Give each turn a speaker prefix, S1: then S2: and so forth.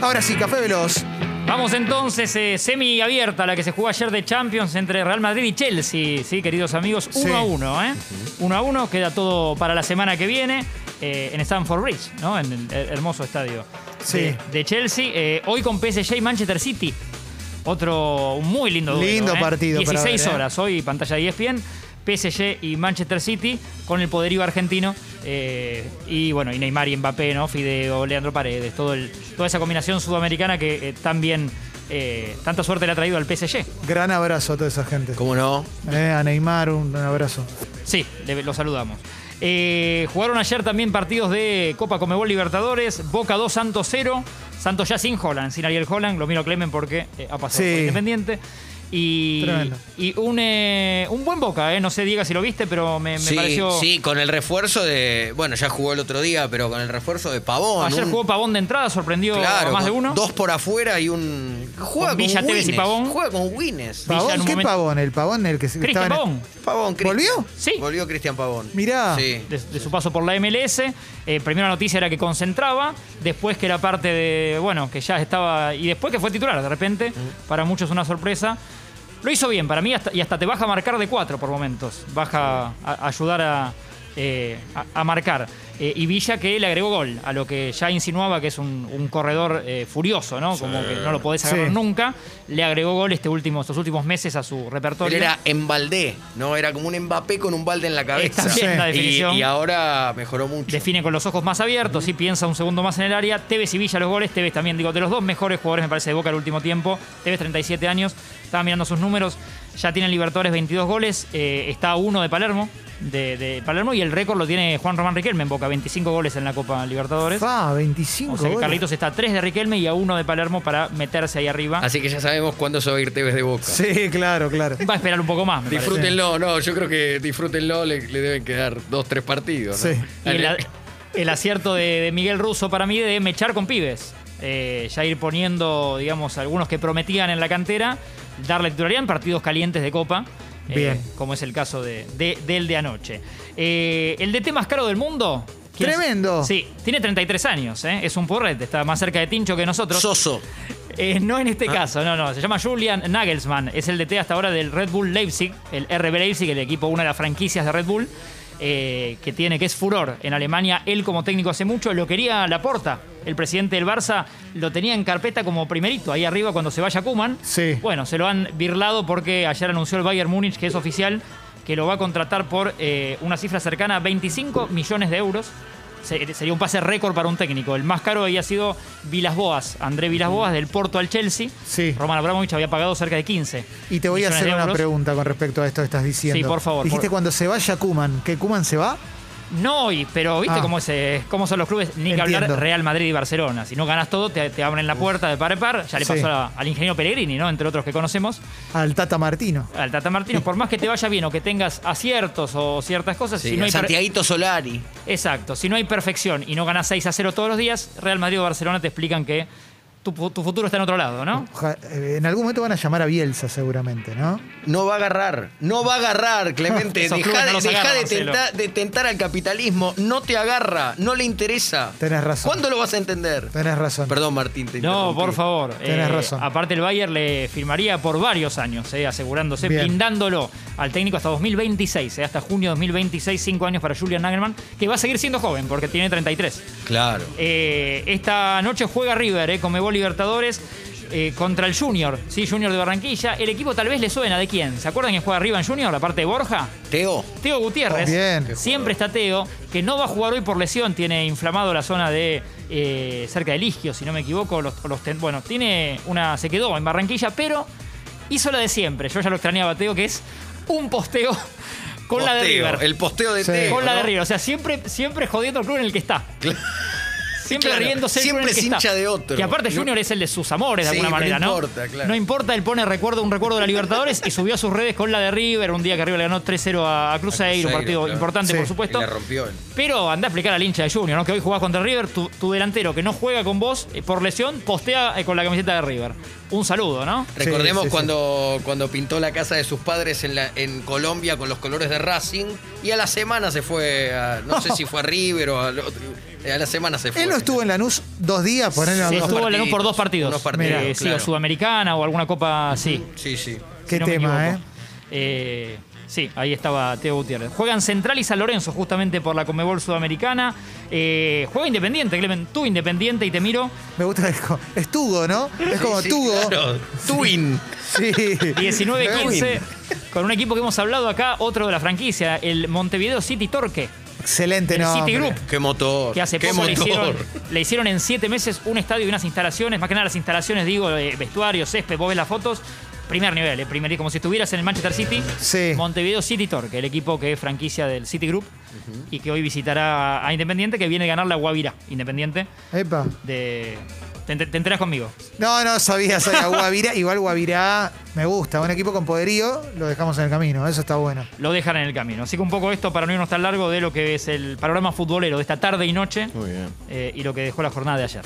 S1: Ahora sí, Café Veloz.
S2: Vamos entonces, eh, semi abierta, la que se jugó ayer de Champions entre Real Madrid y Chelsea, sí, queridos amigos, uno
S1: Sí.
S2: a uno, ¿eh? Uno a uno, queda todo para la semana que viene eh, en Stamford Bridge, ¿no? En el her- hermoso estadio
S1: Sí.
S2: de, de Chelsea. Eh, hoy con PSG y Manchester City. Otro muy lindo duelo,
S1: Lindo
S2: ¿eh?
S1: partido para
S2: 16
S1: ver, ¿eh?
S2: horas, hoy pantalla de E ESPN. PSG y Manchester City con el poderío argentino. eh, y bueno, y Neymar y Mbappé, ¿no? Fideo, Leandro Paredes, todo el- toda esa combinación sudamericana que eh, tan bien, eh, tanta suerte le ha traído al PSG.
S1: Gran abrazo a toda esa gente.
S3: ¿Cómo no?
S1: Eh, a Neymar, un, un abrazo.
S2: Sí, le- lo saludamos. Eh, jugaron ayer también partidos de Copa Comebol Libertadores, Boca 2, Santos 0, Santos ya sin Holland, sin Ariel Holland, lo miro a Clemen porque eh, ha pasado
S1: Sí.
S2: por Independiente. Y,
S1: Tremendo.
S2: y un, eh, un buen Boca, eh. no sé Diego si lo viste, pero me, me
S3: sí,
S2: pareció...
S3: sí, con el refuerzo de. Bueno, ya jugó el otro día, pero con el refuerzo de Pavón.
S2: Ayer
S3: un-
S2: jugó Pavón de entrada, sorprendió
S3: claro,
S2: a más de
S3: con
S2: uno.
S3: Dos por afuera y un. Juega
S2: Con
S3: con,
S2: Villa, Tevez y
S3: Wines.
S2: Pavón.
S3: Juega con Wines.
S2: Villa
S1: ¿Pavón?
S2: en un
S1: ¿Qué
S2: momento-
S1: pavón? ¿El pavón? El que se-
S2: Cristian
S1: estaba en el-
S2: Pavón.
S3: Pavón, Cristian.
S1: ¿Volvió?
S2: Sí.
S3: Volvió Cristian Pavón.
S1: Mirá.
S3: Sí.
S2: de, de su paso por la MLS. Eh, primera noticia era que concentraba, después que era parte de, bueno, que ya estaba, y después que fue titular de repente, para muchos una sorpresa. Lo hizo bien, para mí, hasta- y hasta te baja a marcar de cuatro por momentos, baja a, a ayudar a, eh, a- a marcar. Eh, y Villa que le agregó gol, a lo que ya insinuaba que es un, un corredor eh, furioso, ¿no? Como que no lo podés agarrar
S1: Sí.
S2: nunca. Le agregó gol este último, estos últimos meses a su
S3: Él
S2: repertorio.
S3: era Mbappé, ¿no? Era como un Mbappé con un balde en la cabeza.
S2: Está bien la
S3: Y-
S2: definición.
S3: Y, ahora mejoró mucho.
S2: Define con los ojos más abiertos, sí piensa un segundo más en el área. Tevez y Villa los goles. Tevez también, digo, de los dos mejores jugadores, me parece, de Boca el último tiempo. Tevez, 37 años. Estaba mirando sus números. Ya tiene en Libertadores 22 goles. eh, está a uno de Palermo. De, de Palermo. Y el récord lo tiene Juan Román Riquelme en Boca. 25 goles en la Copa Libertadores.
S1: Fa, 25
S2: O sea que
S1: goles.
S2: Carlitos está a 3 de Riquelme y a uno de Palermo para meterse ahí arriba.
S3: Así que ya sabemos cuándo se va a ir Tevez de Boca.
S1: Sí, claro, claro.
S2: Va a esperar un poco más, me parece.
S3: Disfrútenlo, no, yo creo que disfrútenlo, le, le deben quedar dos, tres partidos. ¿no?
S1: Sí.
S2: Y el, a- el acierto de, de Miguel Russo para mí de mechar con pibes. Eh, ya ir poniendo, digamos, algunos que prometían en la cantera, darle titularidad en partidos calientes de Copa. eh,
S1: Bien.
S2: como es el caso de, de- del de anoche. Eh, el DT más caro del mundo. ¿quién es?
S1: Tremendo.
S2: Sí, tiene 33 años, ¿eh? es un porrete, está más cerca de Tincho que nosotros.
S3: Soso.
S2: Eh, no en este caso, no, no. Se llama Julian Nagelsmann. Es el DT hasta ahora del Red Bull Leipzig, el RB Leipzig, el equipo, una de las franquicias de Red Bull, eh, que tiene, que es furor en Alemania. Él como técnico hace mucho, lo quería Laporta, el presidente del Barça, lo tenía en carpeta como primerito, ahí arriba cuando se vaya Kuman.
S1: Sí.
S2: Bueno, se lo han birlado porque ayer anunció el Bayern Múnich, que es oficial, que lo va a contratar por eh, una cifra cercana a 25 millones de euros. Se- Sería un pase récord para un técnico. El más caro había sido Vilas Boas, André Vilas Boas, del Porto al Chelsea.
S1: Sí.
S2: Roman Abramovich había pagado cerca de 15.
S1: Y te voy a
S2: millones
S1: hacer
S2: de
S1: una
S2: euros.
S1: pregunta con respecto a esto que estás diciendo.
S2: Sí, por favor,
S1: Dijiste
S2: por-
S1: cuando se vaya Kuman, ¿que Kuman se va?
S2: No hoy, pero viste
S1: Ah.
S2: cómo, es, eh, cómo son los clubes, ni que hablar
S1: Entiendo.
S2: Real Madrid y Barcelona. Si no ganas todo, te, te abren la puerta de par en par. Ya le
S1: Sí.
S2: pasó a- al ingeniero Pellegrini, ¿no? Entre otros que conocemos.
S1: Al Tata Martino.
S2: Al Tata Martino, por más que te vaya bien o que tengas aciertos o ciertas cosas,
S3: Sí,
S2: si no
S3: a
S2: hay per-
S3: Santiaguito Solari.
S2: Exacto, si no hay perfección y no ganas 6 a 0 todos los días, Real Madrid o Barcelona te explican que tu, fu- tu futuro está en otro lado, ¿no?
S1: Oja- eh, en algún momento van a llamar a Bielsa seguramente, ¿no?
S3: No va a agarrar, no va a agarrar, Clemente.
S2: Esos clubes
S3: Deja,
S2: no los agarran,
S3: de,
S2: Marcelo.
S3: tentar, de tentar al capitalismo. No te agarra, no le interesa.
S1: Tenés razón.
S3: ¿Cuándo lo vas a entender?
S1: Tenés razón.
S3: Perdón, Martín, te
S2: No,
S3: interrumpí.
S2: por favor. Eh,
S1: Tenés razón.
S2: Aparte, el Bayern le firmaría por varios años, eh, asegurándose,
S1: Bien.
S2: blindándolo al técnico hasta 2026, eh, hasta junio de 2026, 5 años para Julian Nagelman, que va a seguir siendo joven porque tiene 33.
S3: Claro.
S2: Eh, esta noche juega River, eh, Conmebol Libertadores. eh, contra el Junior, sí, Junior de Barranquilla. El equipo tal vez le suena de quién. ¿Se acuerdan que juega River en Junior? La parte de Borja.
S3: Teo.
S2: Teo Gutiérrez.
S1: Oh, bien.
S2: Siempre está Teo, que no va a jugar hoy por lesión, tiene inflamado la zona de eh, cerca del isquio, si no me equivoco. Los, los ten- bueno, tiene una. se quedó en Barranquilla, pero hizo la de siempre. Yo ya lo extrañaba a Teo, que es un posteo con la de
S3: Posteo,
S2: River.
S3: El posteo de
S1: Sí.
S3: Teo.
S2: con la de
S3: ¿no?
S2: River. O sea, siempre, siempre jodiendo el club en el que está. Siempre
S3: Claro,
S2: riéndose el club en
S3: siempre
S2: el que
S3: es
S2: está.
S3: hincha de otro.
S2: Que aparte
S3: No-
S2: Junior es el de sus amores de
S3: Sí,
S2: alguna
S3: no
S2: manera, ¿no?
S3: importa, claro.
S2: No importa, él pone recuerdo, un recuerdo de la Libertadores y subió a sus redes con la de River, un día que River le ganó 3-0 a, a Cruzeiro, un
S3: Cruzeiro,
S2: partido
S3: claro.
S2: importante,
S1: Sí.
S2: por supuesto.
S3: Y la rompió él.
S2: Pero anda a explicar al hincha de Junior, ¿no? Que hoy jugás contra River, tu, tu delantero que no juega con vos eh, por lesión, postea eh, con la camiseta de River. un saludo, ¿no?
S3: Recordemos
S1: Sí, sí, sí.
S3: cuando, cuando pintó la casa de sus padres en, la- en Colombia con los colores de Racing y a la semana se fue, a- no sé si fue a River o al otro- a, la semana se fue.
S1: Él no estuvo en Lanús dos días, ponerle
S2: Sí,
S1: algo.
S2: estuvo en la
S3: partidos,
S2: por dos partidos.
S3: unos partidos,
S2: Eh, sí,
S3: claro.
S2: o Sudamericana o alguna copa así.
S3: Sí, sí.
S1: Qué
S2: si no me
S1: tema, ¿eh?
S2: equivoco. Eh, Sí, ahí estaba Teo Gutiérrez. Juegan Central y San Lorenzo justamente por la Comebol Sudamericana. Eh, juega Independiente, Clemen. Tú Independiente y te miro.
S1: Me gusta el co- Es Tugo, ¿no? Es como
S3: Sí, sí,
S1: Tugo.
S3: claro. Twin.
S1: Sí.
S2: 19-15 con un equipo que hemos hablado acá, otro de la franquicia, el Montevideo City Torque,
S1: Excelente,
S2: El
S1: ¿no?
S2: City Group.
S3: Qué motor.
S2: que hace
S3: qué
S2: poco le
S3: motor.
S2: hicieron, le hicieron en siete meses un estadio y unas instalaciones, más que nada las instalaciones, digo, eh, vestuario, césped, vos ves las fotos, primer nivel, eh, primer, como si estuvieras en el Manchester City,
S1: Sí.
S2: Montevideo City Torque, el equipo que es franquicia del City Group y que hoy visitará a Independiente, que viene a ganar la Guavirá, Independiente,
S1: Epa.
S2: de... Te, te- te enterás conmigo.
S1: No, no sabía, sabía. Guavirá, igual Guavirá me gusta. Un equipo con poderío, lo dejamos en el camino. Eso está bueno.
S2: Lo dejan en el camino. Así que un poco esto para no irnos tan largo de lo que es el panorama futbolero de esta tarde y noche
S4: Muy bien.
S2: eh, y lo que dejó la jornada de ayer.